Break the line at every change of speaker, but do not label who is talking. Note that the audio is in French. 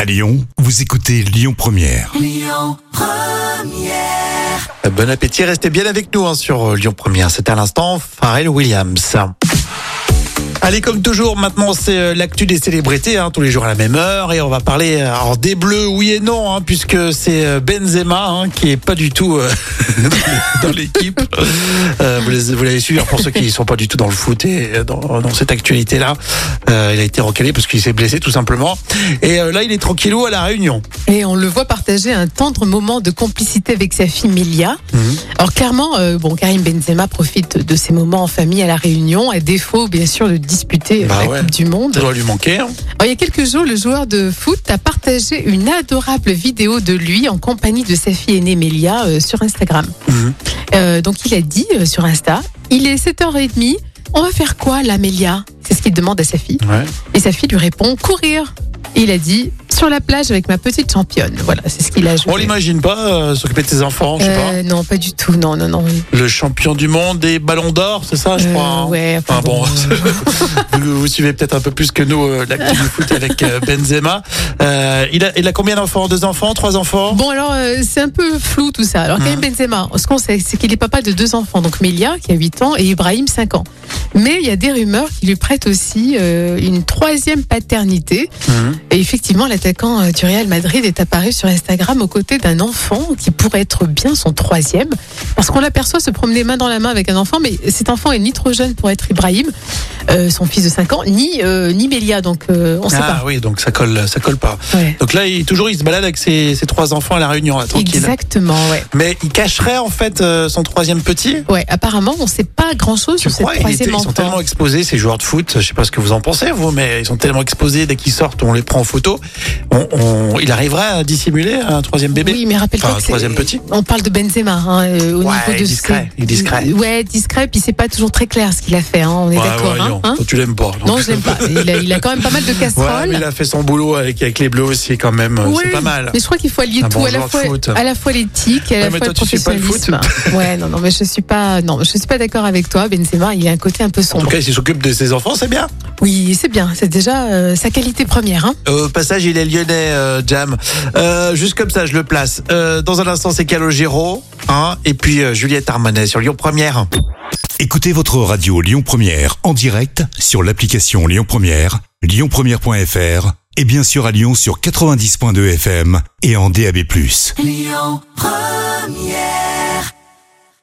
À Lyon, vous écoutez Lyon Première.
Bon appétit, restez bien avec nous hein, sur Lyon Première. C'est à l'instant Pharrell Williams. Allez, comme toujours, maintenant c'est euh, l'actu des célébrités, hein, tous les jours à la même heure, et on va parler euh, alors, des bleus, oui et non, hein, puisque c'est euh, Benzema hein, qui est pas du tout euh, dans l'équipe. Euh, vous les- vous l'avez su, alors, pour ceux qui sont pas du tout dans le foot et euh, dans, dans cette actualité-là, euh, il a été recalé parce qu'il s'est blessé tout simplement. Et euh, là, il est tranquillou à la Réunion.
Et on le voit partager un tendre moment de complicité avec sa fille Melia.
Mhm.
Alors clairement, euh, bon, Karim Benzema profite de ces moments en famille à la Réunion, à défaut bien sûr de disputer euh,
Bah
la
ouais.
Coupe du Monde.
Ça doit lui manquer. hein.
Alors, il y a quelques jours, le joueur de foot a partagé une adorable vidéo de lui en compagnie de sa fille aînée Melia euh, sur Instagram.
Mhm.
Euh, donc il a dit euh, sur Insta, il est 7h30, on va faire quoi là Melia C'est ce qu'il demande à sa fille.
Ouais.
Et sa fille lui répond courir. Et il a dit sur la plage avec ma petite championne. Voilà, c'est ce qu'il a joué.
On l'imagine pas euh, s'occuper de ses enfants, je sais pas.
Euh, non, pas du tout. Non, non, non.
Le champion du monde des ballons d'or, c'est ça, je
Euh,
crois. hein
ouais,
Enfin, bon,
pardon.
vous, vous suivez peut-être un peu plus que nous euh, l'actu du foot avec euh, Benzema. Euh, il, a, il a combien d'enfants Deux enfants Trois enfants
Bon, alors, euh, c'est un peu flou tout ça. Alors, Karim
Hum.
Benzema, ce qu'on sait, c'est qu'il est papa de deux enfants, donc Melia, qui a 8 ans, et Ibrahim, 5 ans. Mais il y a des rumeurs qui lui prêtent aussi euh, une troisième paternité.
Mhm.
Et effectivement, l'attaquant euh, du Real Madrid est apparu sur Instagram aux côtés d'un enfant qui pourrait être bien son troisième. Parce qu'on l'aperçoit se promener main dans la main avec un enfant, mais cet enfant est ni trop jeune pour être Ibrahim, euh, son fils de 5 ans, ni, euh, ni Melia, donc euh, on ne sait
Ah oui, donc ça colle, ça colle pas.
pas. Ouais.
Donc là, il, toujours, il se balade avec ses, ses trois enfants à la Réunion, là, tranquille.
Exactement, ouais.
Mais il cacherait en fait euh, son troisième petit
Ouais, apparemment, on sait pas grand chose
tu
sur cette
crois il était-
troisième
Ils sont
enfant.
tellement exposés, ces joueurs de foot, je sais pas ce que vous en pensez, vous, mais ils sont tellement exposés, dès qu'ils sortent, on les prend en photo. On, on- il arriverait à dissimuler un troisième bébé
Oui, mais rappelle-toi
Enfin,
que c'est-
troisième petit.
On parle de Benzema hein, euh, au
Ouais,
niveau de
discret,
ses-
il est discret.
Ouais, discret. Puis c'est pas toujours très clair ce qu'il a fait. hein, on est
Ouais,
d'accord.
ouais,
hein,
non,
hein
toi, tu l'aimes pas. donc.
non, je l'aime pas. Il a, il a quand même pas mal de
Ouais,
casseroles.
mais il a fait son boulot avec, avec les bleus aussi quand même. euh,
Oui,
C'est pas mal.
Mais je crois qu'il faut allier
Un
tout
bon
à la
joueur de
fois,
foot.
à la fois l'éthique, et à
Ouais,
la
mais
fois le
toi, tu suis pas le foot.
professionnalisme. ouais, non, non, mais je suis pas, non, je suis pas d'accord avec toi, Benzema. Il a un côté un peu
En tout
sombre.
cas, s'il s'occupe de ses enfants, c'est bien.
Oui, c'est bien. C'est déjà euh, sa qualité première. Hein.
Au passage, il est lyonnais, euh, Jam. Euh, juste comme ça, je le place. Euh, dans un instant, c'est Calogero. Hein, et puis euh, Juliette Armanet sur Lyon Première.
Écoutez votre radio Lyon Première en direct sur l'application Lyon Première, lyonpremière.fr et bien sûr à Lyon sur 90.2 FM et en DAB+.